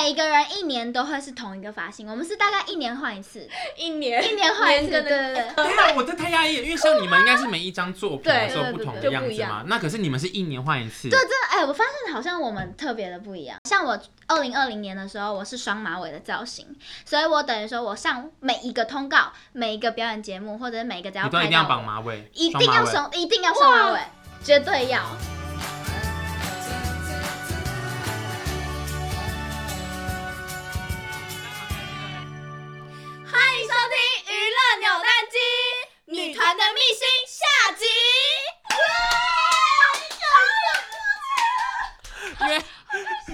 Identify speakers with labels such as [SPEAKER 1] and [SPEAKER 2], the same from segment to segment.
[SPEAKER 1] 每个人一年都会是同一个发型，我们是大概一年换一次，
[SPEAKER 2] 一年
[SPEAKER 1] 一年换一次，对
[SPEAKER 2] 年更
[SPEAKER 1] 对
[SPEAKER 2] 的
[SPEAKER 1] 对。
[SPEAKER 3] 对啊，我这太压抑了，因为像你们应该是每一张作品的时候
[SPEAKER 2] 对
[SPEAKER 3] 不同
[SPEAKER 2] 对对
[SPEAKER 3] 的
[SPEAKER 2] 对
[SPEAKER 3] 样
[SPEAKER 2] 就不一
[SPEAKER 3] 子嘛
[SPEAKER 2] 样，
[SPEAKER 3] 那可是你们是一年换一次，
[SPEAKER 1] 哎、我发现好像我们特别的不一样。像我二零二零年的时候，我是双马尾的造型，所以我等于说我上每一个通告、每一个表演节目，或者是每一个只要
[SPEAKER 3] 你都一
[SPEAKER 1] 拍
[SPEAKER 3] 定要
[SPEAKER 1] 到
[SPEAKER 3] 绑
[SPEAKER 1] 我，
[SPEAKER 3] 马尾，
[SPEAKER 1] 一
[SPEAKER 3] 双
[SPEAKER 1] 定
[SPEAKER 3] 马
[SPEAKER 1] 要
[SPEAKER 3] 尾。
[SPEAKER 1] 双，一定要双马尾，绝对要。
[SPEAKER 2] 欢迎收听《娱乐扭蛋机》女团的秘辛下集。
[SPEAKER 3] 因为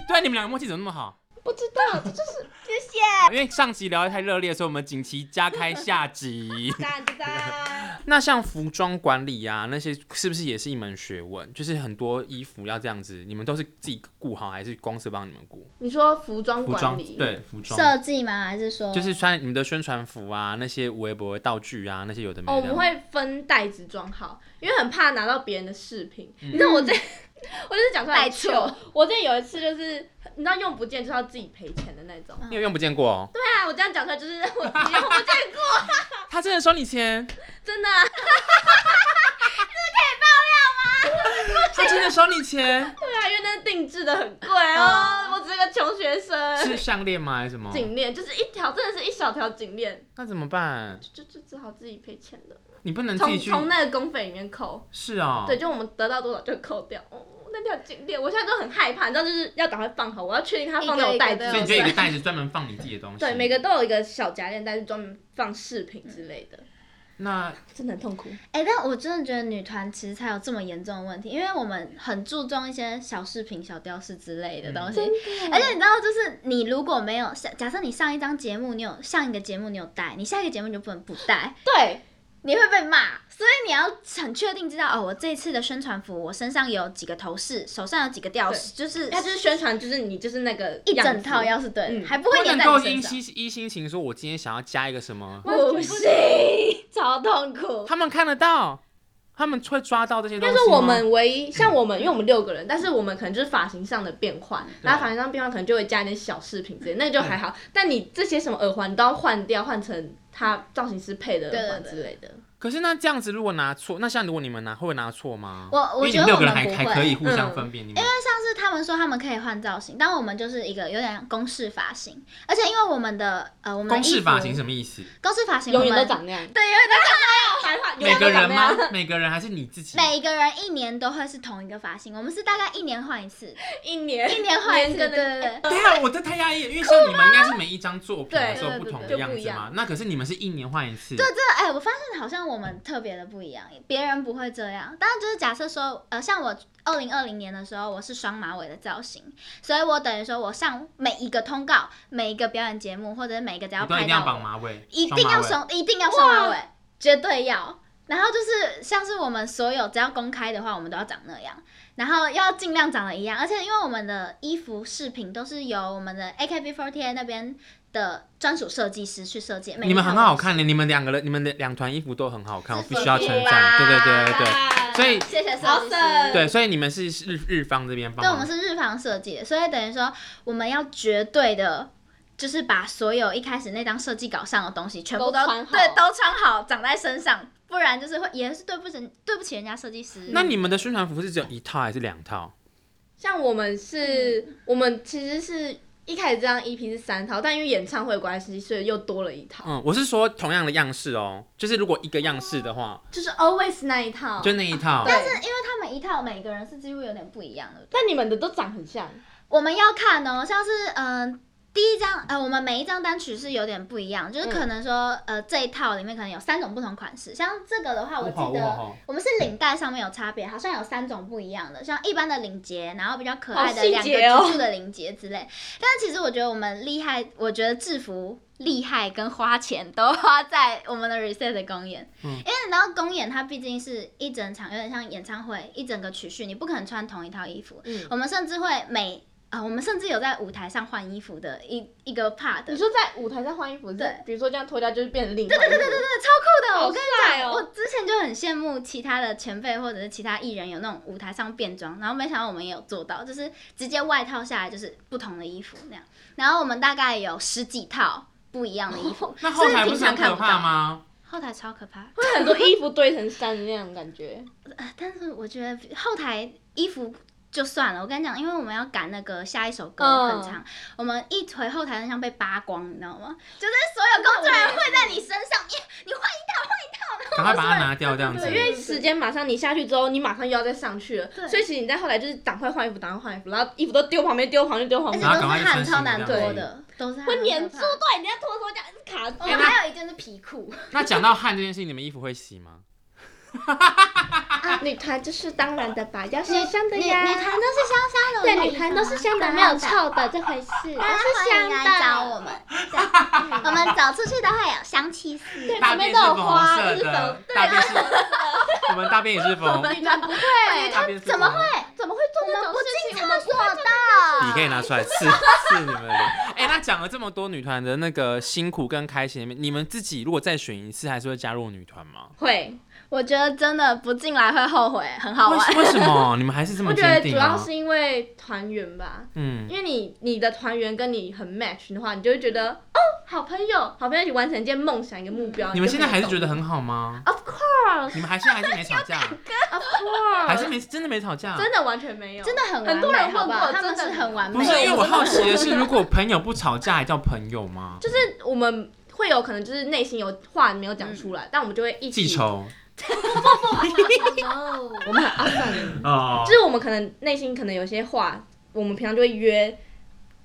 [SPEAKER 3] 对啊，你们两个默契怎么那么好？
[SPEAKER 2] 不知道，这就是
[SPEAKER 1] 谢谢。
[SPEAKER 3] 因为上集聊得太热烈，所以我们紧急加开下集。
[SPEAKER 2] 哒哒哒。
[SPEAKER 3] 那像服装管理啊，那些是不是也是一门学问？就是很多衣服要这样子，你们都是自己顾好，还是公司帮你们顾？
[SPEAKER 2] 你说服装
[SPEAKER 3] 服
[SPEAKER 2] 管
[SPEAKER 3] 装
[SPEAKER 2] 理，，
[SPEAKER 3] 对服装，
[SPEAKER 1] 设计吗？还是说？
[SPEAKER 3] 就是穿你们的宣传服啊，那些围脖道具啊，那些有的没
[SPEAKER 2] 哦，
[SPEAKER 3] 的。
[SPEAKER 2] 我们会分袋子装好，因为很怕拿到别人的饰品。
[SPEAKER 3] 嗯
[SPEAKER 2] 你知道我这，我就是讲出来很
[SPEAKER 1] 带错
[SPEAKER 2] 糗。我这有一次就是，你知道用不见就是要自己赔钱的那种。
[SPEAKER 3] 你有用不见过、哦？
[SPEAKER 2] 嗯对啊啊，我这样讲出来 就是我自己用不见过，
[SPEAKER 3] 他真的收 你钱，
[SPEAKER 2] 真的啊。
[SPEAKER 3] 他真的收你钱，
[SPEAKER 2] 对啊，因为那定制的很贵哦，我只是个穷学生。
[SPEAKER 3] 是项链吗？还是什么？
[SPEAKER 2] 颈链就是一条，真的是一小条颈链，
[SPEAKER 3] 那怎么办？
[SPEAKER 2] 就就就只好自己赔钱了。
[SPEAKER 3] 你不能自
[SPEAKER 2] 从
[SPEAKER 3] 己去？
[SPEAKER 2] 从那个公费里面扣，
[SPEAKER 3] 是哦，
[SPEAKER 2] 对，就我们得到多少就扣掉。哦，那条颈链，我现在都很害怕，你知道，就是要赶快放好，我要确定它放在我袋子
[SPEAKER 1] 一个一个的
[SPEAKER 3] 所以你就有一个袋子专门放你自己的东西。
[SPEAKER 2] 啊对，每个都有一个小夹链袋，是专门放饰品之类的，
[SPEAKER 3] 那
[SPEAKER 2] 真的很痛苦。
[SPEAKER 1] 哎、但我真的觉得女团其实才有这么严重的问题，因为我们很注重一些小饰品、小雕饰之类
[SPEAKER 3] 嗯
[SPEAKER 1] 的东西。而且你知道，就是你如果没有，像假设你上一张节目你有上一个节目你有戴，你下一个节目你就不能不 戴，
[SPEAKER 2] 对，
[SPEAKER 1] 你会被骂。所以你要很确定知道哦，我这次的宣传服，我身上有几个头饰，手上有几个吊饰，就是
[SPEAKER 2] 它就是宣传，就是你就是那个
[SPEAKER 1] 一
[SPEAKER 2] 样
[SPEAKER 1] 整
[SPEAKER 2] 子
[SPEAKER 1] 套，要是对，
[SPEAKER 2] 嗯
[SPEAKER 1] 还不会
[SPEAKER 3] 不
[SPEAKER 1] 粘在
[SPEAKER 3] 能
[SPEAKER 1] 你
[SPEAKER 3] 够
[SPEAKER 1] 身
[SPEAKER 3] 因
[SPEAKER 1] 上。
[SPEAKER 3] 心一心情说，我今天想要加一个什么，
[SPEAKER 2] 不行， 超痛苦。
[SPEAKER 3] 他们看得到，他们会抓到这些
[SPEAKER 2] 应
[SPEAKER 3] 东
[SPEAKER 2] 该
[SPEAKER 3] 西。
[SPEAKER 2] 说我，们唯一像我们，因为我们六个人，但是我们可能就是发型上的变
[SPEAKER 3] 嗯
[SPEAKER 2] 换，然后发型上变换可能就会加一点小饰品之类，那个就还好。但你这些什么耳环你都要换掉，换成他造型师配的耳环
[SPEAKER 1] 对对
[SPEAKER 2] 之
[SPEAKER 1] 对
[SPEAKER 2] 类的。
[SPEAKER 3] 可是那这样子如果拿错，那像如果你们拿会拿错吗？
[SPEAKER 1] 我我
[SPEAKER 3] 因
[SPEAKER 1] 觉
[SPEAKER 3] 为
[SPEAKER 1] 得
[SPEAKER 3] 你们六
[SPEAKER 1] 我
[SPEAKER 3] 个
[SPEAKER 1] 们
[SPEAKER 3] 人
[SPEAKER 1] 不
[SPEAKER 3] 还
[SPEAKER 1] 会，
[SPEAKER 3] 还可以互
[SPEAKER 2] 嗯
[SPEAKER 3] 相分辨，你们
[SPEAKER 1] 上次他们说他们可以换造型，但我们就是一个有点公式发型，而且因为我们的呃我们的
[SPEAKER 3] 公式发型
[SPEAKER 1] 衣服，
[SPEAKER 3] 什么意思？
[SPEAKER 1] 公式发型
[SPEAKER 2] 永远
[SPEAKER 1] 我
[SPEAKER 2] 都
[SPEAKER 1] 们
[SPEAKER 2] 长那样，
[SPEAKER 1] 对，永远都
[SPEAKER 2] 白发永
[SPEAKER 3] 每
[SPEAKER 2] 远
[SPEAKER 3] 个
[SPEAKER 2] 都
[SPEAKER 3] 人
[SPEAKER 2] 长那
[SPEAKER 3] 吗
[SPEAKER 2] 样，？
[SPEAKER 3] 每个人还是你自己？
[SPEAKER 1] 每个人一年都会是同一个发型，我们是大概一年换一次，
[SPEAKER 3] 嗯
[SPEAKER 2] 一年
[SPEAKER 1] 一年换一次，
[SPEAKER 2] 年
[SPEAKER 1] 对
[SPEAKER 2] 更的
[SPEAKER 1] 对对。
[SPEAKER 3] 对啊，我这太压抑了，因为像你们应该是每一张作品的时候
[SPEAKER 2] 对
[SPEAKER 3] 不同的
[SPEAKER 2] 对对对
[SPEAKER 3] 样
[SPEAKER 2] 就
[SPEAKER 3] 子
[SPEAKER 2] 不一
[SPEAKER 3] 嘛
[SPEAKER 2] 样，
[SPEAKER 3] 那可是你们是一年换一次，
[SPEAKER 1] 这哎、我发现好像我们特别的不一样，别人不会这样。当然，就是假设说，呃，像我二零二零年的时候，我是双马尾的造型，所以我等于说我上每一个通告、每一个表演节目，或者是每一个只要
[SPEAKER 3] 你都一
[SPEAKER 1] 拍
[SPEAKER 3] 定要
[SPEAKER 1] 到
[SPEAKER 3] 绑
[SPEAKER 1] 我，
[SPEAKER 3] 马尾，
[SPEAKER 1] 一
[SPEAKER 3] 双
[SPEAKER 1] 定
[SPEAKER 3] 马
[SPEAKER 1] 要
[SPEAKER 3] 尾
[SPEAKER 1] 双，一定要双马尾，绝对要。然后就是像是我们所有只要公开的话，我们都要长那样，然后要尽量长得一样。而且因为我们的衣服饰品都是由我们的 AKB48 那边的专属设计师去设计，每一
[SPEAKER 3] 你们
[SPEAKER 1] 套
[SPEAKER 3] 很
[SPEAKER 1] 都
[SPEAKER 3] 好
[SPEAKER 1] 是
[SPEAKER 3] 看的，你们两个人，你们的两团衣服都很好看，我
[SPEAKER 1] 制
[SPEAKER 3] 必
[SPEAKER 1] 服
[SPEAKER 3] 须要
[SPEAKER 1] 服
[SPEAKER 3] 称赞。对对对对对，
[SPEAKER 2] 对
[SPEAKER 3] 所以
[SPEAKER 1] 谢谢设计师
[SPEAKER 2] Awesome。
[SPEAKER 3] 对，所以你们是日日方这边帮
[SPEAKER 1] 对，我们
[SPEAKER 3] 忙。
[SPEAKER 1] 是日方设计的，所以等于说我们要绝对的，就是把所有一开始那张设计稿上的东西全部
[SPEAKER 2] 都穿好
[SPEAKER 1] 对都穿好，长在身上，不然就是会也是对不起对不起人家设计师。
[SPEAKER 3] 那你们的宣传服是只有一套还是两套？
[SPEAKER 2] 像我们是，我们其实是一开始这张 EP 是三套，但因为演唱会的关系，所以又多了一套，
[SPEAKER 3] 嗯，我是说同样的样式哦，就是如果一个样式的话，
[SPEAKER 2] 就是 Always 那一
[SPEAKER 1] 哦
[SPEAKER 2] 套。
[SPEAKER 3] 就那一套。
[SPEAKER 2] 对
[SPEAKER 1] 但是因为他们一套每个人是几乎有点不一样的，
[SPEAKER 2] 但你们的都长很像，
[SPEAKER 1] 我们要看哦，像是嗯。呃第一张，呃，我们每一张单曲是有点不一样，就是可能说，呃，这一套里面可能有三种不同款式。像这个的话，啊我
[SPEAKER 3] 哦
[SPEAKER 1] 记得
[SPEAKER 3] 好，
[SPEAKER 1] 我们是领带上面有差别，好像有三种不一样的，像一般的领结，然后比较可爱
[SPEAKER 2] 好
[SPEAKER 1] 的
[SPEAKER 2] 细
[SPEAKER 1] 两个
[SPEAKER 2] 节哦
[SPEAKER 1] 支柱的领结之类。但其实我觉得我们厉害，我觉得制服厉害跟花钱都花在我们的 reset 的公演，
[SPEAKER 3] 嗯
[SPEAKER 1] 因为你知道公演它毕竟是一整场，有点像演唱会一整个曲序，你不可能穿同一套衣服。
[SPEAKER 2] 嗯，
[SPEAKER 1] 我们甚至会每啊、我们甚至有在舞台上换衣服的一一个 part，
[SPEAKER 2] 你说在舞台上换衣服，
[SPEAKER 1] 对
[SPEAKER 2] 对，比如说这样脱掉就是变成另一对对对对对，
[SPEAKER 1] 真的超酷的，我
[SPEAKER 2] 好
[SPEAKER 1] 跟
[SPEAKER 2] 帅
[SPEAKER 1] 我
[SPEAKER 2] 哦！
[SPEAKER 1] 之前就很羡慕其他的前辈或者是其他艺人有那种舞台上变装，然后没想到我们也有做到，就是直接外套下来就是不同的衣服那样。然后我们大概有十几套不一样的衣服，
[SPEAKER 4] 那后台
[SPEAKER 1] 所以
[SPEAKER 4] 不
[SPEAKER 1] 平
[SPEAKER 4] 是
[SPEAKER 1] 常
[SPEAKER 4] 很
[SPEAKER 1] 看
[SPEAKER 4] 可
[SPEAKER 1] 不
[SPEAKER 4] 怕
[SPEAKER 1] 到？
[SPEAKER 4] 吗？
[SPEAKER 1] 后台超可怕，
[SPEAKER 2] 会很多衣服堆成山的那种感觉，
[SPEAKER 1] 呃但是我觉得后台衣服。就算了，我跟你讲，因为我们要赶那个下一首歌
[SPEAKER 2] 嗯
[SPEAKER 1] 很长，我们一回后台，很像被扒光，你知道吗？就是所有工作人员会在你身上，你你换
[SPEAKER 4] 赶快把它拿掉，这样子
[SPEAKER 2] 对，因。为时间马上你下去之后，你马上又要再上去了，
[SPEAKER 1] 对
[SPEAKER 2] 所以其实你在后来就是赶快换衣服，赶快换衣服，然后衣服都丢旁边，丢旁边，丢旁
[SPEAKER 1] 而且
[SPEAKER 2] 边
[SPEAKER 1] 都
[SPEAKER 4] 然，后
[SPEAKER 1] 是
[SPEAKER 4] 赶快去穿
[SPEAKER 1] 汗超
[SPEAKER 4] 新的
[SPEAKER 1] 难
[SPEAKER 4] 这样
[SPEAKER 1] 脱
[SPEAKER 4] 子
[SPEAKER 1] 的，都是汗
[SPEAKER 2] 会
[SPEAKER 1] 很
[SPEAKER 2] 粘
[SPEAKER 1] 可
[SPEAKER 2] 住，
[SPEAKER 1] 怕
[SPEAKER 2] 对，人家脱手这样卡住
[SPEAKER 1] 我。们还有一件是皮裤，
[SPEAKER 3] 那讲到汗这件事情，你们衣服会洗吗？
[SPEAKER 2] 女团就是当然的吧，要
[SPEAKER 5] 女女女团都是香香的，
[SPEAKER 2] 对
[SPEAKER 5] 我们
[SPEAKER 2] 女团都是香
[SPEAKER 5] 的，没有臭的这回事。
[SPEAKER 1] 啊大家欢迎来找我们，
[SPEAKER 5] 我们走出去都会有香气四
[SPEAKER 2] 对，
[SPEAKER 4] 大
[SPEAKER 2] 旁
[SPEAKER 4] 便是
[SPEAKER 2] 边都有
[SPEAKER 4] 粉红
[SPEAKER 2] 花，
[SPEAKER 4] 色
[SPEAKER 2] 就是
[SPEAKER 4] 的
[SPEAKER 2] 粉，，
[SPEAKER 4] 大便
[SPEAKER 3] 啊
[SPEAKER 4] 是， 我们大便也是粉红，
[SPEAKER 3] 哎
[SPEAKER 2] 女团不会，
[SPEAKER 4] 大便是怎么会？
[SPEAKER 2] 怎么会做这种事情？我们
[SPEAKER 5] 做的。
[SPEAKER 3] 你可以拿出来刺刺你们 的脸。哎、那讲了这么多女团的那个辛苦跟开心，你们自己如果再选一次，还是会加入女团吗？
[SPEAKER 2] 会，
[SPEAKER 1] 我觉得真的不进来会后悔，很好
[SPEAKER 3] 为
[SPEAKER 1] 玩。
[SPEAKER 3] 为什么你们还是这
[SPEAKER 2] 我
[SPEAKER 3] 么
[SPEAKER 2] 觉得
[SPEAKER 3] 坚
[SPEAKER 2] 主
[SPEAKER 3] 定
[SPEAKER 2] 要
[SPEAKER 3] 啊？
[SPEAKER 2] 是因为团员吧，
[SPEAKER 3] 嗯，
[SPEAKER 2] 因为你你的团员跟你很 match 的话，你就会觉得哦，好朋友，好朋友一起完成一件梦想一个目标。
[SPEAKER 3] 你们现在还是觉
[SPEAKER 2] 得
[SPEAKER 3] 得很好吗？
[SPEAKER 2] ？Of course,
[SPEAKER 3] 你们还现在还是没吵 架，
[SPEAKER 2] of
[SPEAKER 3] 还是
[SPEAKER 2] course，
[SPEAKER 3] 没真的没吵架？
[SPEAKER 2] 真的完全没有，
[SPEAKER 1] 真的很完美
[SPEAKER 2] 很多人问过
[SPEAKER 1] 好不好他们
[SPEAKER 2] 真的
[SPEAKER 1] 是很完美，
[SPEAKER 3] 不是，因为我
[SPEAKER 1] 我
[SPEAKER 3] 好奇的是，如果朋友不吵架，还叫朋友吗？
[SPEAKER 2] 就是我们会有可能就是内心有话没有讲出
[SPEAKER 1] 嗯
[SPEAKER 2] 来，但我们就会一起
[SPEAKER 3] 记仇
[SPEAKER 1] 哦
[SPEAKER 2] 我们很阿散的
[SPEAKER 4] 哦
[SPEAKER 2] 就，是我们可能内心可能有些话，我们平常就会约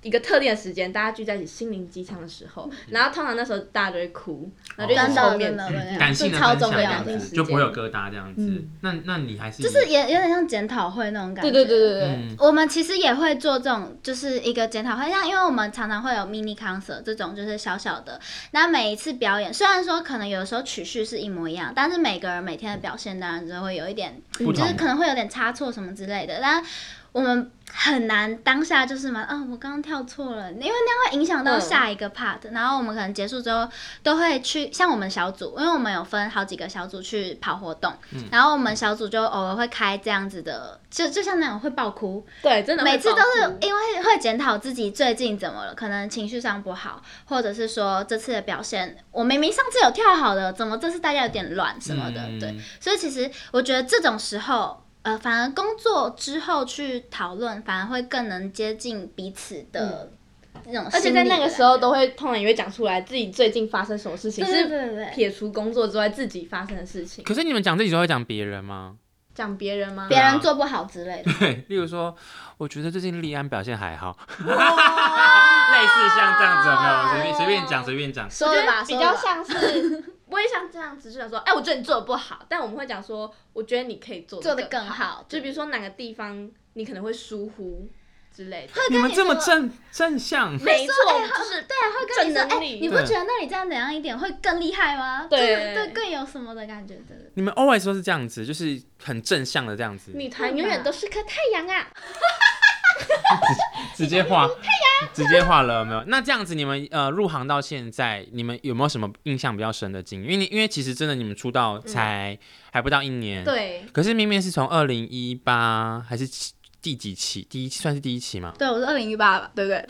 [SPEAKER 2] 一个特定的时间，大家聚在一起心灵鸡汤的时
[SPEAKER 1] 嗯
[SPEAKER 2] 候，然后通常那时候大家就会哭，然后就一
[SPEAKER 1] 真
[SPEAKER 2] 起
[SPEAKER 1] 的
[SPEAKER 2] 抽
[SPEAKER 1] 哦真
[SPEAKER 2] 面
[SPEAKER 1] 的
[SPEAKER 2] 子。
[SPEAKER 1] 真的
[SPEAKER 4] 感性的
[SPEAKER 1] 啊这超
[SPEAKER 4] 分
[SPEAKER 1] 重
[SPEAKER 4] 享这
[SPEAKER 1] 要
[SPEAKER 4] 样
[SPEAKER 1] 的，
[SPEAKER 4] 子，就不会有疙瘩这样子。那那你还是
[SPEAKER 1] 嗯就是也有点像检讨会那种感
[SPEAKER 2] 对
[SPEAKER 1] 觉。
[SPEAKER 2] 对对对对，
[SPEAKER 3] 嗯，
[SPEAKER 1] 我们其实也会做这种，就是一个检讨会，像因为我们常常会有 mini concert 这种，就是小小的。那每一次表演，虽然说可能有时候曲序是一模一样，但是每个人每天的表现当然就会有一点，
[SPEAKER 3] 不
[SPEAKER 1] 就是
[SPEAKER 3] 同
[SPEAKER 1] 可能会有点差错什么之类的。但我们很难当下就是嘛，嗯、我刚刚跳错了，因为那样会影响到
[SPEAKER 2] 嗯
[SPEAKER 1] 下一个 part、然后我们可能结束之后都会去，像我们小组，因为我们有分好几个小组去跑活动，然后我们小组就偶尔会开这样子的，就就像那种会爆哭。
[SPEAKER 2] 对，真的会
[SPEAKER 1] 每次
[SPEAKER 2] 爆
[SPEAKER 1] 都是
[SPEAKER 2] 哭
[SPEAKER 1] 因为会检讨自己最近怎么了，可能情绪上不好，或者是说这次的表现，我明明上次有跳好的，怎么这次大家有点乱什么的，
[SPEAKER 3] 嗯
[SPEAKER 1] 对。所以其实我觉得这种时候，呃，反而工作之后去讨论，反而会更能接近彼此的那种心理的感觉、
[SPEAKER 2] 而且在那个时候都会通常也会讲出来自己最近发生什么事情，
[SPEAKER 1] 对对对
[SPEAKER 2] 是
[SPEAKER 1] 对对，
[SPEAKER 2] 撇除工作之外自己发生的事情，
[SPEAKER 3] 可是你们讲这己都会讲别人吗？
[SPEAKER 2] 讲别人吗？
[SPEAKER 1] 别人做不好之类的。
[SPEAKER 3] 对，例如说，我觉得最近利安表现还好，类似像这样子有没有？随便随便讲，随便讲。
[SPEAKER 1] 说了吧，
[SPEAKER 2] 比
[SPEAKER 1] 说
[SPEAKER 2] 较
[SPEAKER 1] 了吧
[SPEAKER 2] 像 是，不会像这样子，就想说，哎、我觉得你做的不好，但我们会讲说，我觉得你可以做
[SPEAKER 1] 做
[SPEAKER 2] 的
[SPEAKER 1] 得更好
[SPEAKER 2] 就比如说哪个地方你可能会疏忽之类的。
[SPEAKER 3] 你们这么
[SPEAKER 1] 说
[SPEAKER 3] 正正向，
[SPEAKER 2] 没错，就是
[SPEAKER 1] 对啊，会跟你说，
[SPEAKER 2] 正能
[SPEAKER 1] 哎、
[SPEAKER 2] 力
[SPEAKER 1] 你不
[SPEAKER 3] 对
[SPEAKER 1] 觉得那里这样怎样一点会更厉害吗？
[SPEAKER 2] 对
[SPEAKER 1] 就是对，更有什么的感觉，对对。
[SPEAKER 3] 你们 always 都是这样子，就是很正向的这样子，
[SPEAKER 2] 女团永远都是颗太阳啊。
[SPEAKER 1] 嗯
[SPEAKER 3] 直接
[SPEAKER 1] 哦
[SPEAKER 3] 画，直接画了有没有？那这样子，你们呃入行到现在，你们有没有什么印象比较深的经历？因为你因为其实真的你们出道
[SPEAKER 1] 嗯
[SPEAKER 3] 才、还不到一年，。
[SPEAKER 2] 对，
[SPEAKER 3] 可是明明是从二零一八还是七第几期？第一算是第一期嘛？
[SPEAKER 1] 对，我是二零一八吧，对不对？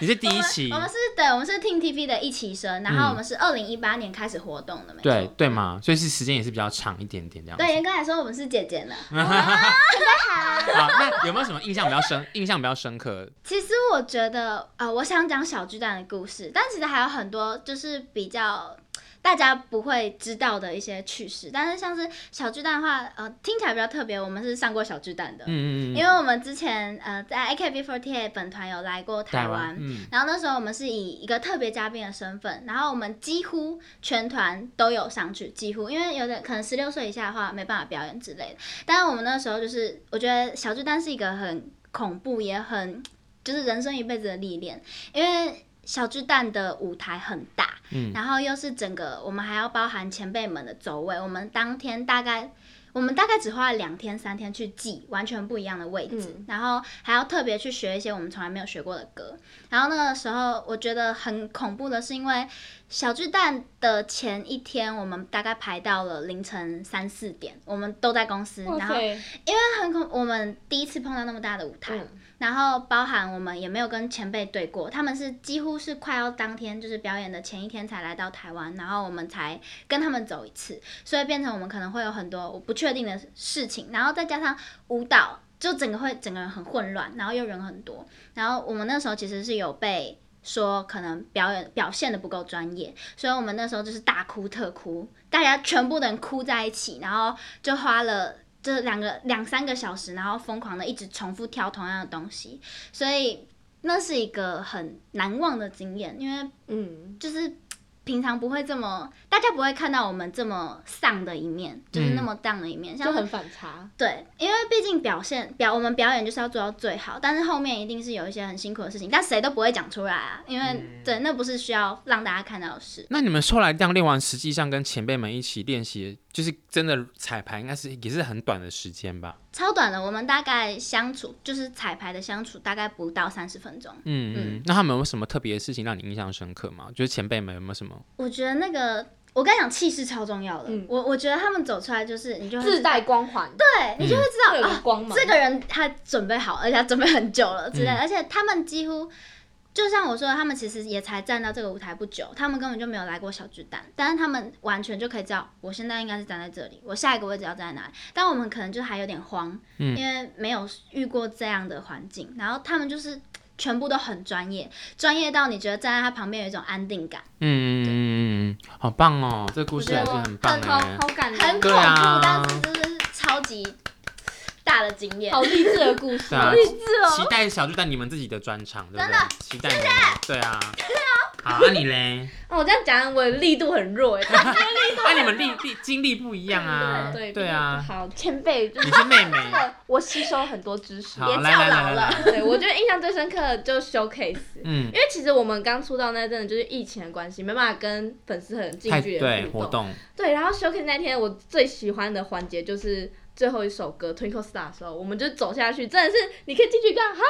[SPEAKER 3] 你是第一期
[SPEAKER 1] 哦我，们是对，我们是 Team TV 的一期生，然
[SPEAKER 3] 嗯
[SPEAKER 1] 后我们是二零一八年开始活动的，没错
[SPEAKER 3] 对。对嘛？所以是时间也是比较长一点点这样子。
[SPEAKER 1] 对，啊严格来说，我们是姐姐呢。
[SPEAKER 3] 好，那有没有什么印象比较深、印象比较深刻？
[SPEAKER 1] 其实我觉得，呃，我想讲小巨蛋的故事，但其实还有很多就是比较大家不会知道的一些趣事。但是像是小巨蛋的话，呃，听起来比较特别，我们是上过小巨蛋的，
[SPEAKER 3] 嗯嗯嗯，
[SPEAKER 1] 因为我们之前呃在 AKB48 本团有来过台湾，
[SPEAKER 3] 嗯，
[SPEAKER 1] 然后那时候我们是以一个特别嘉宾的身份，然后我们几乎全团都有上去，几乎因为有点可能十六岁以下的话没办法表演之类的。但是我们那时候就是，我觉得小巨蛋是一个很恐怖也很就是人生一辈子的历练，因为。小巨蛋的舞台很大，
[SPEAKER 3] 嗯
[SPEAKER 1] 然后又是整个我们还要包含前辈们的走位，我们当天大概我们大概只花了两天三天去记完全不一样的位置，
[SPEAKER 2] 嗯
[SPEAKER 1] 然后还要特别去学一些我们从来没有学过的歌。然后那个时候我觉得很恐怖的是，因为小巨蛋的前一天，我们大概排到了凌晨三四点，我们都在公司，然后很恐，我们第一次碰到那么大的舞台，
[SPEAKER 2] 嗯
[SPEAKER 1] 然后包含我们也没有跟前辈对过，他们是几乎是快要当天就是表演的前一天才来到台湾，然后我们才跟他们走一次，所以变成我们可能会有很多我不确定的事情，然后再加上舞蹈，就整个会整个人很混乱，然后又人很多，然后我们那时候其实是有被。说可能表演表现的不够专业，所以我们那时候就是大哭特哭，大家全部的人哭在一起，然后就花了这两个两三个小时，然后疯狂的一直重复挑同样的东西，所以那是一个很难忘的经验，因为
[SPEAKER 2] 嗯，
[SPEAKER 1] 就是平常不会这么，大家不会看到我们这么丧的一面，就是那么荡的一面，
[SPEAKER 2] 就
[SPEAKER 1] 像
[SPEAKER 2] 很反差。
[SPEAKER 1] 对，因为毕竟表现表我们表演就是要做到最好，但是后面一定是有一些很辛苦的事情，但谁都不会讲出来啊，因为、
[SPEAKER 4] 嗯
[SPEAKER 1] 对，那不是需要让大家看到的事。
[SPEAKER 3] 那你们后来这样练完，实际上跟前辈们一起练习，就是真的彩排，应该是也是很短的时间吧？
[SPEAKER 1] 超短的，我们大概相处就是彩排的相处大概不到三十分钟。
[SPEAKER 3] 嗯嗯。那他们有什么特别的事情让你印象深刻吗？就是前辈们有没有什么？
[SPEAKER 1] 我觉得那个，我跟你讲，气势超重要的。
[SPEAKER 2] 嗯
[SPEAKER 1] 我我觉得他们走出来就是，你就会
[SPEAKER 2] 自带光环，
[SPEAKER 1] 对，你就会知道、
[SPEAKER 2] 会有嗯个
[SPEAKER 1] 啊，
[SPEAKER 2] 光芒。
[SPEAKER 1] 这个人他准备好，而且他准备很久了之类的。
[SPEAKER 3] 嗯
[SPEAKER 1] 而且他们几乎，就像我说的，他们其实也才站到这个舞台不久，他们根本就没有来过小巨蛋，但是他们完全就可以知道，我现在应该是站在这里，我下一个位置要站在哪里。但我们可能就还有点慌，
[SPEAKER 3] 嗯
[SPEAKER 1] 因为没有遇过这样的环境，然后他们就是。全部都很专业，专业到你觉得站在他旁边有一种安定感，
[SPEAKER 3] 嗯嗯嗯嗯嗯，好棒哦！这故事还是很棒
[SPEAKER 2] 好
[SPEAKER 3] 哎
[SPEAKER 2] 好。感人，
[SPEAKER 1] 很恐怖，
[SPEAKER 3] 对啊
[SPEAKER 1] 但是就是超级大的经验。
[SPEAKER 2] 好励志的故事
[SPEAKER 3] 对。啊，
[SPEAKER 1] 是哦
[SPEAKER 3] 期待小巨蛋你们自己的专场，对不
[SPEAKER 1] 真的
[SPEAKER 3] 对？期待你们。对啊。好，那你嘞？
[SPEAKER 2] 哦，我这样讲，我的力度很弱哎。
[SPEAKER 3] 那你们历历经历不一样 啊。
[SPEAKER 2] 对
[SPEAKER 3] 对啊。
[SPEAKER 2] 好，前辈就
[SPEAKER 3] 你
[SPEAKER 2] 是
[SPEAKER 3] 是妹妹。
[SPEAKER 2] 我吸收很多知识。
[SPEAKER 3] 好，来来来来来。
[SPEAKER 2] 对，我觉得印象最深刻的就是 showcase。
[SPEAKER 3] 嗯
[SPEAKER 2] 因，为其实我们刚出道那阵，就是疫情的关系，没办法跟粉丝很近
[SPEAKER 3] 太
[SPEAKER 2] 距离的
[SPEAKER 3] 对活动，
[SPEAKER 2] 对，然后 showcase 那天我最喜欢的环节就是最后一首歌《Twinkle Star》的时候，我们就走下去，真的是你可以进去干哈。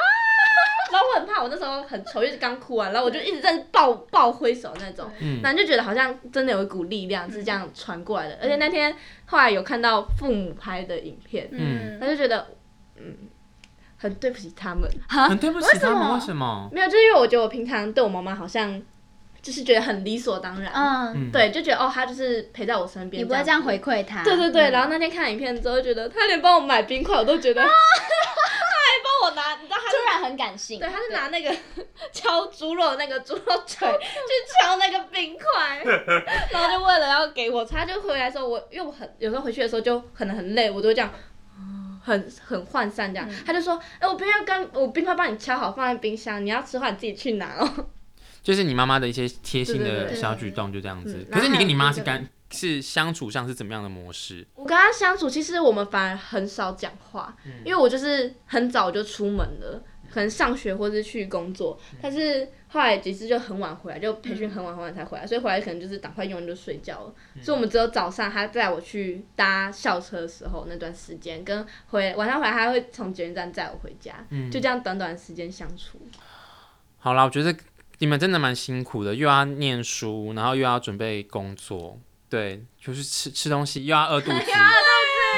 [SPEAKER 2] 然后我很怕，我那时候很丑，就是刚哭完，然后我就一直在爆爆挥手那种，
[SPEAKER 3] 嗯
[SPEAKER 2] 然后就觉得好像真的有一股力量是这样传过来的。而且那天后来有看到父母拍的影片，
[SPEAKER 3] 嗯
[SPEAKER 2] 他就觉得嗯，很对不起他们。
[SPEAKER 3] 很对不起他们，为什么？
[SPEAKER 2] 没有，就是因为我觉得我平常对我妈妈好像就是觉得很理所当然，
[SPEAKER 1] 嗯，
[SPEAKER 3] 嗯，
[SPEAKER 2] 对，就觉得哦，她就是陪在我身边，
[SPEAKER 1] 你不会这样。回馈他。
[SPEAKER 2] 对对对，
[SPEAKER 1] 嗯
[SPEAKER 2] 然后那天看影片之后，觉得她连帮我买冰块，我都觉得，她还帮我拿，你知道她
[SPEAKER 1] 突然很感性。
[SPEAKER 2] 对，她是拿那个 敲猪肉那个猪肉锤去敲那个冰块，然后就为了要给我吃，她就回来的时候，我因为我很有时候回去的时候就可能很累，我都会这样。很很涣散这样，她就说：“哎、我冰块跟我冰块帮你敲好，放在冰箱，你要吃的话你自己去拿哦。”
[SPEAKER 3] 就是你妈妈的一些贴心
[SPEAKER 2] 对对
[SPEAKER 3] 的
[SPEAKER 2] 对
[SPEAKER 3] 小举动，就这样子
[SPEAKER 2] 嗯。
[SPEAKER 3] 可是你跟你妈是
[SPEAKER 2] 然
[SPEAKER 3] 干是相处上是怎么样的模式？
[SPEAKER 2] 我跟他相处，其实我们反而很少讲话，因为我就是很早就出门了，可能上学或是去工作，但是后来几次就很晚回来，就培训很晚很晚才回来，所以回来可能就是赶快用完就睡觉了。所以我们只有早上他载我去搭校车的时候那段时间，跟回晚上回来他会从捷运站载我回家，就这样短短的时间相处。
[SPEAKER 3] 好啦，我觉得你们真的蛮辛苦的，又要念书，然后又要准备工作，对，就是吃吃东西又要饿肚子，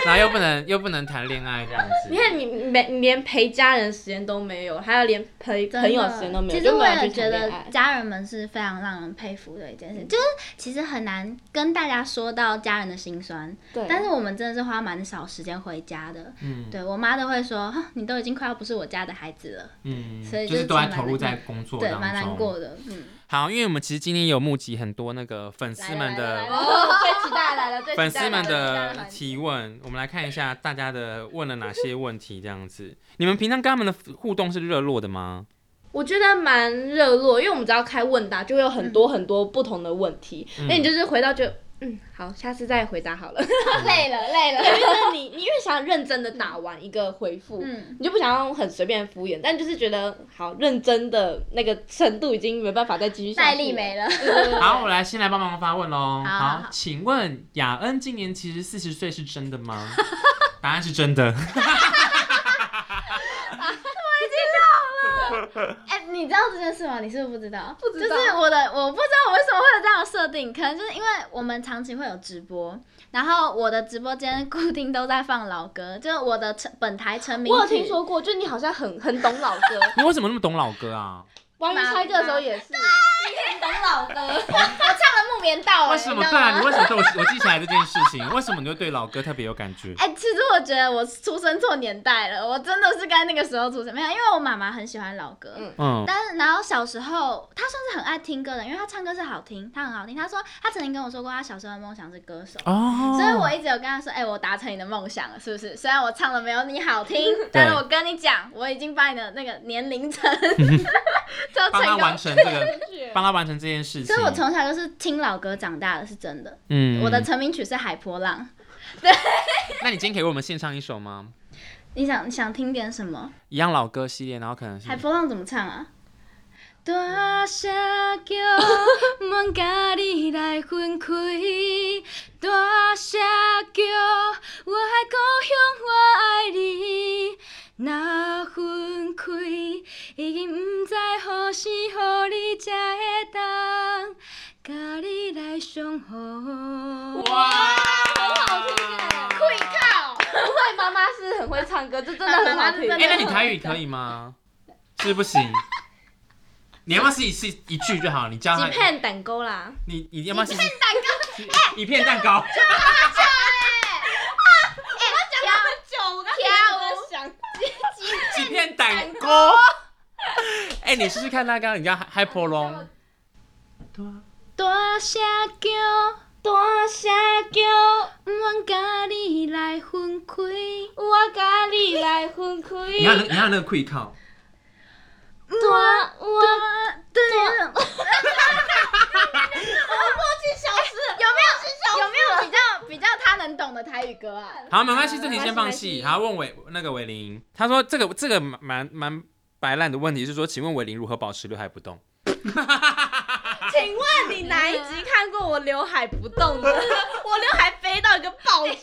[SPEAKER 3] 然后又不能又不能谈恋爱这样子。
[SPEAKER 2] 你看你没你连陪家人的时间都没有，还有连陪
[SPEAKER 1] 真的
[SPEAKER 2] 朋友的时间都没有，
[SPEAKER 1] 其实
[SPEAKER 2] 就
[SPEAKER 1] 我
[SPEAKER 2] 没有
[SPEAKER 1] 也
[SPEAKER 2] 去谈
[SPEAKER 1] 觉
[SPEAKER 2] 恋
[SPEAKER 1] 得
[SPEAKER 2] 爱。嗯
[SPEAKER 1] 家人们是非常让人佩服的一件事，就是其实很难跟大家说到家人的辛酸，
[SPEAKER 2] 对
[SPEAKER 1] 但是我们真的是花蛮少时间回家的。
[SPEAKER 3] 嗯
[SPEAKER 1] 对我妈都会说，哼你都已经快要不是我家的孩子了，
[SPEAKER 3] 嗯，
[SPEAKER 1] 所以
[SPEAKER 3] 就是
[SPEAKER 1] 就
[SPEAKER 3] 都在
[SPEAKER 1] 是蛮
[SPEAKER 3] 投入
[SPEAKER 1] 难
[SPEAKER 3] 在工作
[SPEAKER 1] 对，
[SPEAKER 3] 当
[SPEAKER 1] 蛮难
[SPEAKER 3] 中。
[SPEAKER 1] 过的。 嗯，
[SPEAKER 3] 好，因为我们其实今天有募集很多那个粉丝们
[SPEAKER 1] 来了来了来
[SPEAKER 3] 的
[SPEAKER 1] 了
[SPEAKER 2] 哦，最期待来了，最期待来了
[SPEAKER 3] 粉丝
[SPEAKER 2] 最
[SPEAKER 3] 们
[SPEAKER 2] 期待来
[SPEAKER 3] 的
[SPEAKER 2] 了
[SPEAKER 3] 提问，我们来看一下大家的问了哪些问题，这样子。你们平常跟他们的互动是热络的吗？
[SPEAKER 2] 我觉得
[SPEAKER 1] 嗯
[SPEAKER 2] 蛮热络，因为我们只要开问答，就会有很多很多不同的问题。那、你就是回到就嗯，好，下次再回 答好了。
[SPEAKER 1] 累了累
[SPEAKER 2] 因
[SPEAKER 1] 了，
[SPEAKER 2] 为你你越想认真的打完一个回 复，
[SPEAKER 1] 嗯，
[SPEAKER 2] 你就不想要很随便敷衍，但就是觉得好认真的那个程度已经没办法再继续下
[SPEAKER 1] 耐
[SPEAKER 2] 去
[SPEAKER 1] 力没了。
[SPEAKER 2] 了。
[SPEAKER 3] 好，我来先来帮忙发问
[SPEAKER 1] 好
[SPEAKER 3] 喽。
[SPEAKER 1] 好好
[SPEAKER 3] 请问雅恩今年其实四十岁是真 的吗？答案是真的。
[SPEAKER 1] 哎、你知道这件事吗？你是不是不知道？
[SPEAKER 2] 不知道
[SPEAKER 1] 就是我的，我不知道我为什么会有这样的设定，可能就是因为我们长期会有直播，然后我的直播间 固定都在放老歌，就是我的成本台成名
[SPEAKER 2] 我有
[SPEAKER 1] 曲
[SPEAKER 2] 听说过，就你好像很很懂老歌，
[SPEAKER 3] 你为什么那么懂老歌啊？
[SPEAKER 2] 关于猜歌的时候也是，
[SPEAKER 5] 很懂老歌，
[SPEAKER 1] 木棉道、欸，
[SPEAKER 3] 为什么？
[SPEAKER 1] 你知
[SPEAKER 3] 对
[SPEAKER 1] 道吗
[SPEAKER 3] 啊，你为什么对我我记起来这件事情？ 为什么你会对老歌特别有感觉？
[SPEAKER 1] 哎、其实我觉得我出生错年代了，我真的是该那个时候出生，没有，因为我妈妈很喜欢老歌，
[SPEAKER 2] 嗯
[SPEAKER 3] 嗯，
[SPEAKER 1] 但是，然后小时候，他算是很爱听歌的，因为他唱歌是好听，他很好听。他说他曾经跟我说过，他小时候的梦想是歌手，
[SPEAKER 3] 哦，
[SPEAKER 1] 所以我一直有跟他说，哎、我达成你的梦想了，是不是？虽然我唱的没有你好 听，但是我跟你讲，我已经把你的那个年龄 层都
[SPEAKER 3] 帮他
[SPEAKER 1] 成
[SPEAKER 3] 完
[SPEAKER 1] 功。
[SPEAKER 3] 成 这个，
[SPEAKER 1] 啊
[SPEAKER 3] 帮他完成这件事情
[SPEAKER 1] 所以，。我从小就是听老歌长大的，是真的。
[SPEAKER 3] 嗯
[SPEAKER 1] 我的成名曲是《海波浪》，
[SPEAKER 3] 那你今天可以为我们献唱一首吗？
[SPEAKER 1] 你想你想听点什么？
[SPEAKER 3] 一样老歌系列，然后可能是
[SPEAKER 1] 海波浪怎么唱啊？ 大声叫，阮甲你来分开。大声叫，我的故乡，我爱你。若分开，已经毋知何时何你才会当甲你来相逢。
[SPEAKER 3] 哇，
[SPEAKER 2] 好听
[SPEAKER 1] 啊
[SPEAKER 2] 耶
[SPEAKER 1] 会靠，
[SPEAKER 2] 对，妈妈是很会唱歌，这真的很好听。
[SPEAKER 1] 妈妈是真
[SPEAKER 3] 哎、
[SPEAKER 1] 的
[SPEAKER 3] 那 你台语可以吗？是不是不行。你要不要试一试一句就好？你教他
[SPEAKER 2] 几，片蛋糕啦，
[SPEAKER 3] 你你要不要试一片蛋糕？一片蛋糕，
[SPEAKER 2] 久，我刚想，
[SPEAKER 3] 几片蛋糕。哎、你试试看那刚刚你叫 h y p o l o n
[SPEAKER 1] 大声叫。
[SPEAKER 2] 大声叫，
[SPEAKER 1] 阮甲你来分开，
[SPEAKER 2] 我甲你来分开。
[SPEAKER 4] 你看那你看那个 quick call，
[SPEAKER 2] 大我
[SPEAKER 1] 对，
[SPEAKER 5] 消失
[SPEAKER 1] 有没有有没有比较比较他能懂的台语歌啊？
[SPEAKER 3] 好，没关系，这题先
[SPEAKER 2] 没
[SPEAKER 3] 放
[SPEAKER 2] 关系没关系
[SPEAKER 3] 弃。好，问伟那个伟林，他说这个这个蛮蛮蛮白烂的问题是说，请问伟林如何保持刘海不动？
[SPEAKER 2] 请问你哪一集看过我刘海不动 的？我刘海飞到一个爆炸。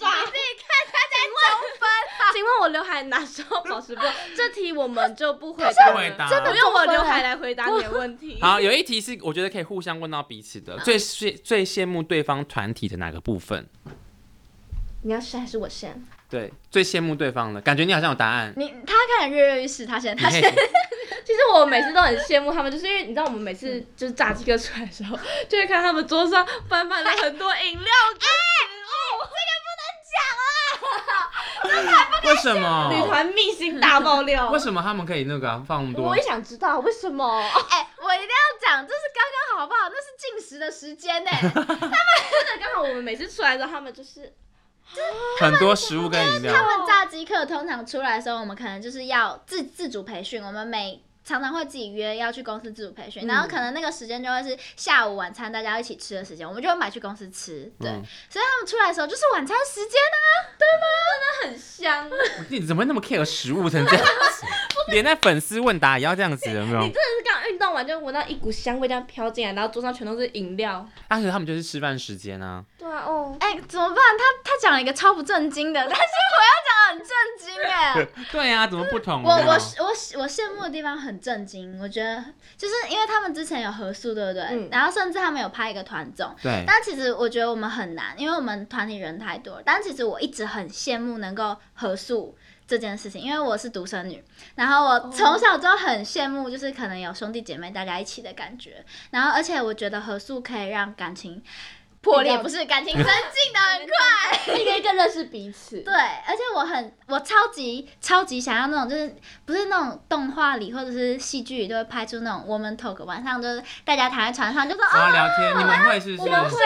[SPEAKER 2] 请问我刘海哪时候保持不动？这题我们就不回答
[SPEAKER 3] 不回答
[SPEAKER 2] 了，我用我刘海来回答你的问题。
[SPEAKER 3] 好，有一题是我觉得可以互相问到彼此的，最最最羡慕对方团体的哪个部分？
[SPEAKER 2] 你要先还是我先？
[SPEAKER 3] 对，最羡慕对方的感觉，你好像有答案。
[SPEAKER 1] 你他开始跃跃欲试，他现在
[SPEAKER 3] 你
[SPEAKER 1] 他
[SPEAKER 3] 可
[SPEAKER 1] 现
[SPEAKER 3] 以
[SPEAKER 1] 在
[SPEAKER 2] 其实我每次都很羡慕他们，就是因为你知道我们每次就是炸鸡哥出来的时候，就会看他们桌上摆满了很多饮料 跟哎
[SPEAKER 3] 为什
[SPEAKER 2] 女
[SPEAKER 3] 么？
[SPEAKER 2] 团秘辛大爆料
[SPEAKER 3] 为。什么他们可以那个啊放那么多
[SPEAKER 2] 我也？想知道为什 么。
[SPEAKER 1] 哎、我一定要讲，这是刚刚好不好？那是进食的时间呢、
[SPEAKER 2] 真的，刚好我们每次出来的时候，他们就是
[SPEAKER 3] 很多食物跟饮料
[SPEAKER 1] 他。们炸鸡课通常出来的时候，我们可能就是要自自主培训，我们每常常会自己约要去公司自主培训，
[SPEAKER 2] 嗯
[SPEAKER 1] 然后可能那个时间就会是下午晚餐大家一起吃的时间，我们就会买去公司吃。对，
[SPEAKER 3] 嗯
[SPEAKER 1] 所以他们出来的时候就是晚餐时间啊。
[SPEAKER 2] 很香。
[SPEAKER 3] 你怎么会那么 care 食物成这样子？连在粉丝问答也要这样子，有没有
[SPEAKER 2] 你真？的是刚运动完就闻到一股香味这样飘进来，然后桌上全都是饮料。
[SPEAKER 3] 而且他们啊就是吃饭时间啊。
[SPEAKER 2] 对啊，哦，
[SPEAKER 1] 哎、怎么办？他他讲了一个超不正经的，但是我要讲得很正经 哎、
[SPEAKER 3] 对啊，怎么不同呢？
[SPEAKER 1] 我我是我是我羡慕的地方很震惊，我觉得就是因为他们之前有合宿，对不对？
[SPEAKER 2] 嗯
[SPEAKER 1] 然后甚至他们有拍一个团综。
[SPEAKER 3] 对，
[SPEAKER 1] 但其实我觉得我们很难，因为我们团里人太多了。但其实我一直很羡慕能够合宿这件事情，因为我是独生女，然后我
[SPEAKER 3] 哦
[SPEAKER 1] 从小就很羡慕，就是可能有兄弟姐妹大家一起的感觉。然后而且我觉得合宿可以让感情破裂，
[SPEAKER 2] 比较
[SPEAKER 1] 不是感情增 进的很 快。
[SPEAKER 2] 一个一个认识彼此。
[SPEAKER 1] 对，而且我很我超级超级想要那种，就是不是那种动画里或者是戏剧里都会拍出那种 woman talk，晚上就是大家躺在床上就说
[SPEAKER 3] 然
[SPEAKER 1] 哦，
[SPEAKER 3] 后聊天，你们会是不
[SPEAKER 2] 我
[SPEAKER 3] 是？
[SPEAKER 2] 们会，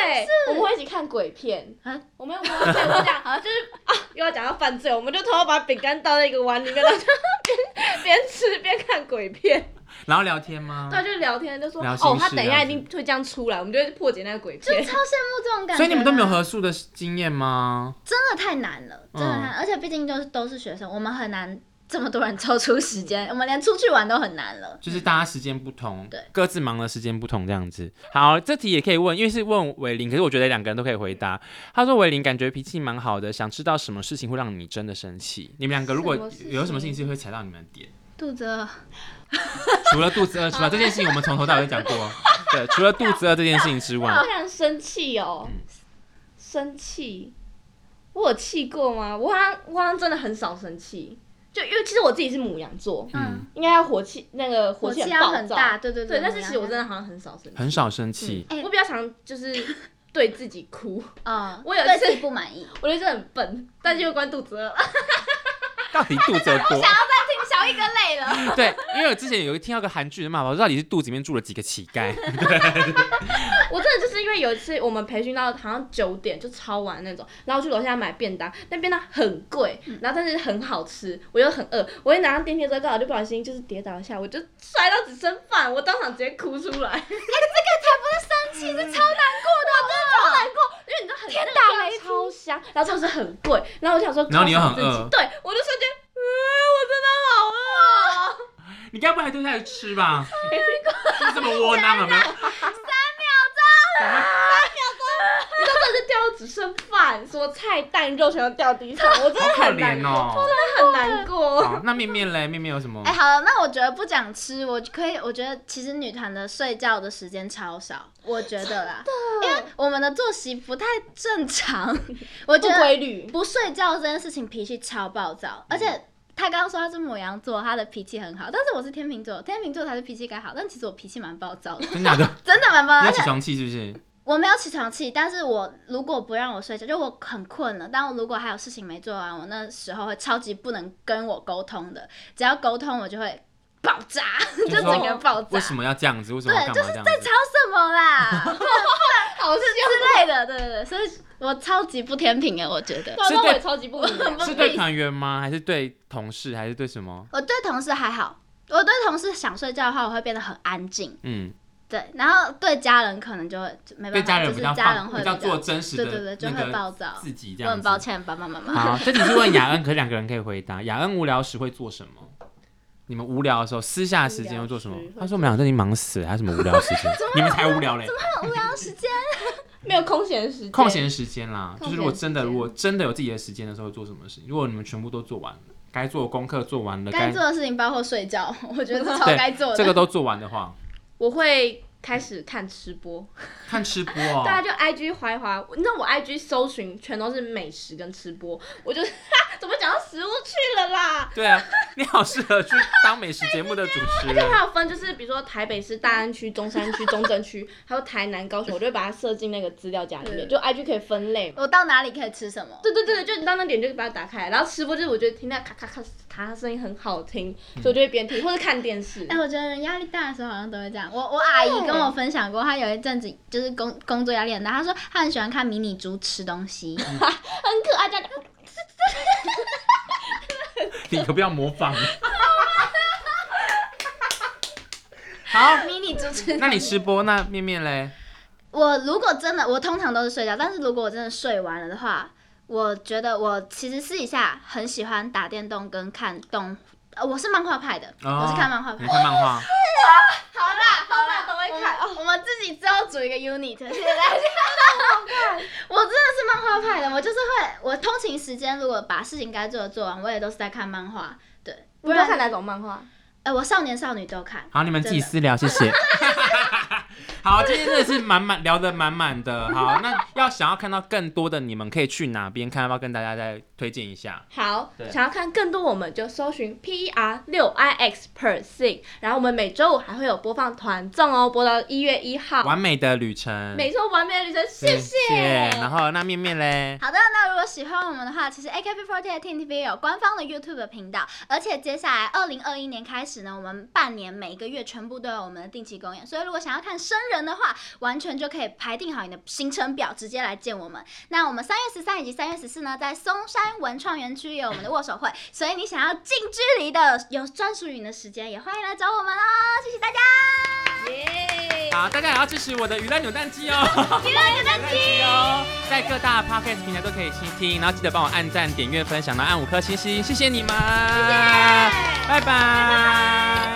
[SPEAKER 2] 我们会一起看鬼片
[SPEAKER 1] 啊。
[SPEAKER 2] 我们我们对我讲，好就是啊，又要讲到犯罪，我们就偷偷把饼干倒在一个碗里面，然后就边边吃边看鬼片。
[SPEAKER 3] 然后聊天吗？
[SPEAKER 2] 对啊，就是聊天就说
[SPEAKER 3] 聊心
[SPEAKER 2] 哦，他
[SPEAKER 3] 事
[SPEAKER 2] 等一
[SPEAKER 3] 这
[SPEAKER 2] 下
[SPEAKER 3] 样
[SPEAKER 2] 一定会这样出来，我们就会破解那个鬼
[SPEAKER 1] 就
[SPEAKER 2] 片。
[SPEAKER 1] 超羡慕这种感觉。
[SPEAKER 3] 所以你们都没有，合宿的经验吗？
[SPEAKER 1] 真的太难了，真的太难，而且毕竟就是都是学生，我们很难这么多人抽出时间，我们连出去玩都很难了。
[SPEAKER 3] 就是大家时间不同，
[SPEAKER 1] 对，
[SPEAKER 3] 各自忙的时间不同这样子。好，这题也可以问，因为是问伟林，可是我觉得两个人都可以回答。他说伟林感觉脾气蛮好的，想知道什么事情会让你真的生气？你们两个如果
[SPEAKER 2] 什么事情
[SPEAKER 3] 有什么事情是会踩到你们的点，
[SPEAKER 1] 肚子饿，
[SPEAKER 3] 除了肚子饿之外，这件事情我们从头到尾都讲过。对，除了肚子饿这件事情之外
[SPEAKER 2] 好，想生气哦，生气，我有气过吗？我好像我好像真的很少生气，就因为其实我自己是母羊座，
[SPEAKER 3] 嗯，
[SPEAKER 2] 应该要火气那个火
[SPEAKER 1] 气
[SPEAKER 2] 气
[SPEAKER 1] 要
[SPEAKER 2] 暴
[SPEAKER 1] 很
[SPEAKER 2] 躁，
[SPEAKER 1] 大，对对
[SPEAKER 2] 对，但是其实我真
[SPEAKER 1] 的，
[SPEAKER 2] 的好像很少生气，
[SPEAKER 3] 很少生气，
[SPEAKER 1] 哎
[SPEAKER 2] 我比较常就是对自己哭，
[SPEAKER 1] 嗯，
[SPEAKER 2] 我有一
[SPEAKER 1] 对
[SPEAKER 2] 次
[SPEAKER 1] 自己不满意，
[SPEAKER 2] 我觉得这很笨，但是又关肚子饿。
[SPEAKER 3] 到底肚子有多？
[SPEAKER 1] 听小一哥累了。
[SPEAKER 3] 对，因为我之前有一听到个韩剧的骂法，说到底是肚子里面住了几个乞丐？
[SPEAKER 2] 我真的就是因为有一次我们培训到好像九点就超晚那种，然后去楼下买便当，那便当很贵，
[SPEAKER 1] 嗯
[SPEAKER 2] 然后但是很好吃，我又很饿，我一拿上电梯之后刚好就不小心就是跌倒一下，我就摔到只剩饭，我当场直接哭出来，
[SPEAKER 1] 哎气是超难过的，
[SPEAKER 2] 因为你知道很
[SPEAKER 1] 天
[SPEAKER 2] 那
[SPEAKER 1] 打
[SPEAKER 2] 个
[SPEAKER 1] 雷
[SPEAKER 2] 便当超香，然后超市很贵，然后我想说，
[SPEAKER 4] 然后你又很
[SPEAKER 2] 犒赏自己
[SPEAKER 4] 饿
[SPEAKER 2] 对我就瞬间，嗯，我真的好饿哦。
[SPEAKER 4] 你该不会还丢下去吃吧？就这么窝
[SPEAKER 3] 啊
[SPEAKER 4] 囊有没有？
[SPEAKER 2] 你知道真的是掉到只剩饭，什么菜蛋肉全都掉地上，我真的
[SPEAKER 4] 可
[SPEAKER 2] 很难
[SPEAKER 4] 怜
[SPEAKER 2] 过，
[SPEAKER 4] 哦。
[SPEAKER 2] 真的很难过。
[SPEAKER 4] 好，那面面嘞，面面有什么，
[SPEAKER 1] 哦哎、？好了，那我觉得不讲吃，我可以，我觉得其实女团的睡觉的时间超少，我觉得啦，因为我们的作息不太正 常，我觉
[SPEAKER 2] 不
[SPEAKER 1] 得
[SPEAKER 2] 规律，
[SPEAKER 1] 不睡觉这件事情脾气超暴
[SPEAKER 3] 嗯
[SPEAKER 1] 躁，而且。他刚刚说他是母羊座，他的脾气很好，但是我是天秤座，天秤座才是脾气该好，但其实我脾气蛮暴躁的
[SPEAKER 4] 真假的？
[SPEAKER 1] 真的蛮暴
[SPEAKER 4] 你
[SPEAKER 1] 躁，
[SPEAKER 4] 要
[SPEAKER 1] 而
[SPEAKER 4] 起
[SPEAKER 1] 且
[SPEAKER 4] 床气是不是？
[SPEAKER 1] 我没有起床气，但是我如果不让我睡觉，就我很困了，但我如果还有事情没做完，我那时候会超级不能跟我沟通的，只要沟通我就会爆炸，就
[SPEAKER 3] 说
[SPEAKER 1] 整个爆炸，
[SPEAKER 3] 为什么要这样子？为什么要干嘛这样子？
[SPEAKER 1] 吵什么啦
[SPEAKER 2] 好笑。
[SPEAKER 1] 之类的，对对对，所以我超级不天平哎，我觉 得。
[SPEAKER 2] 对啊
[SPEAKER 3] 是
[SPEAKER 2] 那我
[SPEAKER 3] 对
[SPEAKER 2] 也超级不明白。
[SPEAKER 3] 是对团员吗？还是对同事？还是对什么？
[SPEAKER 1] 我对同事还好，我对同事想睡觉的话，我会变得很安静，
[SPEAKER 3] 嗯，
[SPEAKER 1] 对，然后对家人可能就会就没办法，
[SPEAKER 4] 对家人
[SPEAKER 1] 就
[SPEAKER 4] 比
[SPEAKER 1] 是
[SPEAKER 4] 较
[SPEAKER 1] 家人
[SPEAKER 4] 放，
[SPEAKER 1] 会
[SPEAKER 4] 比较做真实
[SPEAKER 1] 对对对，
[SPEAKER 4] 的
[SPEAKER 1] 就
[SPEAKER 4] 那
[SPEAKER 1] 会
[SPEAKER 4] 个
[SPEAKER 1] 暴躁。
[SPEAKER 4] 自己这
[SPEAKER 1] 我
[SPEAKER 4] 样
[SPEAKER 1] 很
[SPEAKER 4] 子。
[SPEAKER 1] 抱歉，爸爸妈妈。
[SPEAKER 3] 好，这题是问雅恩，可是两个人可以回答。雅恩无聊时会做什么？你们无聊的时候，私下时间会做什么
[SPEAKER 2] 无聊时？会
[SPEAKER 3] 他说我们俩最近忙死了，还有什么无 聊时间？
[SPEAKER 4] 你们才无聊嘞！
[SPEAKER 2] 没有空闲时间，
[SPEAKER 3] 空闲时间啦，
[SPEAKER 2] 空闲时间
[SPEAKER 3] 就是如果真的，如果真的有自己的时间的时候，会做什么事情？如果你们全部都做完了，该做的功课做完了，
[SPEAKER 1] 该
[SPEAKER 3] 该
[SPEAKER 1] 做的事情包括睡觉， 我觉得是超
[SPEAKER 3] 对
[SPEAKER 1] 该做的。
[SPEAKER 3] 这个都做完的话，
[SPEAKER 2] 我会开始看吃播，
[SPEAKER 4] 看吃播哦
[SPEAKER 2] 大，家就 IG 滑一滑，你知道我 IG 搜寻全都是美食跟吃播，我就 怎么讲到食物去了啦？
[SPEAKER 3] 对啊，你好适合去当美食节目的主持
[SPEAKER 2] 就
[SPEAKER 3] 人。
[SPEAKER 2] 还有分，就是比如说台北市大安区、中山区、中正区，还有台南、高雄，我就会把它设进那个资料夹里面，
[SPEAKER 1] 嗯
[SPEAKER 2] 就 IG 可以分类嘛。
[SPEAKER 1] 我到哪里可以吃什么？
[SPEAKER 2] 对对对，就你到那点就把它打开，然后吃播就是我觉得听到咔咔咔咔咔声音很好听，所以我就会边听或者看电视。
[SPEAKER 1] 哎、我觉得人压力大的时候好像都会这样。我我阿姨跟我分享过，她有一阵子就是工工作压力很大，她说她很喜欢看迷你猪吃东西，
[SPEAKER 4] 嗯
[SPEAKER 2] 很可爱，这样
[SPEAKER 3] 你可不要模仿。
[SPEAKER 4] 好，
[SPEAKER 1] 迷你猪 吃。
[SPEAKER 3] 那你吃播那面面嘞？
[SPEAKER 1] 我如果真的，我通常都是睡觉，但是如果我真的睡完了的话，我觉得我其实私底下很喜欢打电动跟看动，呃，我是漫画派的，
[SPEAKER 4] 哦
[SPEAKER 1] 我是看漫画派
[SPEAKER 3] 你。看漫画，
[SPEAKER 2] 大家都会看。
[SPEAKER 1] 我们自己之后组一个 unit，现在我真的是漫画派的，我就是会，我通勤时间如果把事情该做的做完，我也都是在看漫画，对，不
[SPEAKER 2] 你要
[SPEAKER 1] 然
[SPEAKER 2] 看哪种漫画？
[SPEAKER 1] 哎、我少年少女都看。
[SPEAKER 3] 好，你们自己私聊，谢谢。 好，今天真的是满满聊的满满的。好，那要想要看到更多的，你们可以去哪边看？要不要跟大家再推荐一下？
[SPEAKER 2] 好
[SPEAKER 4] 对，
[SPEAKER 2] 想要看更多，我们就搜寻 P R 六 I X per sing，然后我们每周五还会有播放团综哦，播到一月一号。
[SPEAKER 3] 完美的旅程，
[SPEAKER 2] 每周完美的旅程，谢谢。
[SPEAKER 3] 然后那面面嘞，
[SPEAKER 1] 好的，那如果喜欢我们的话，其实 AKB48 TNTV 有官方的 YouTube 频道，而且接下来二零二一年开始呢，我们半年每一个月全部都有我们的定期公演，所以如果想要看生人程的话，完全就可以排定好你的行程表，直接来见我们。那我们三月十三以及三月十四呢，在松山文创园区有我们的握手会，所以你想要近距离的有专属于你的时间，也欢迎来找我们哦。谢谢大家，
[SPEAKER 2] 耶！
[SPEAKER 3] 好，大家也要支持我的娱乐扭蛋机 哦，娱乐扭蛋机哦， 在各大 podcast 平台都可以听听，然后记得帮我按赞、点阅、分享，然后按五颗星星，谢谢你们，拜拜。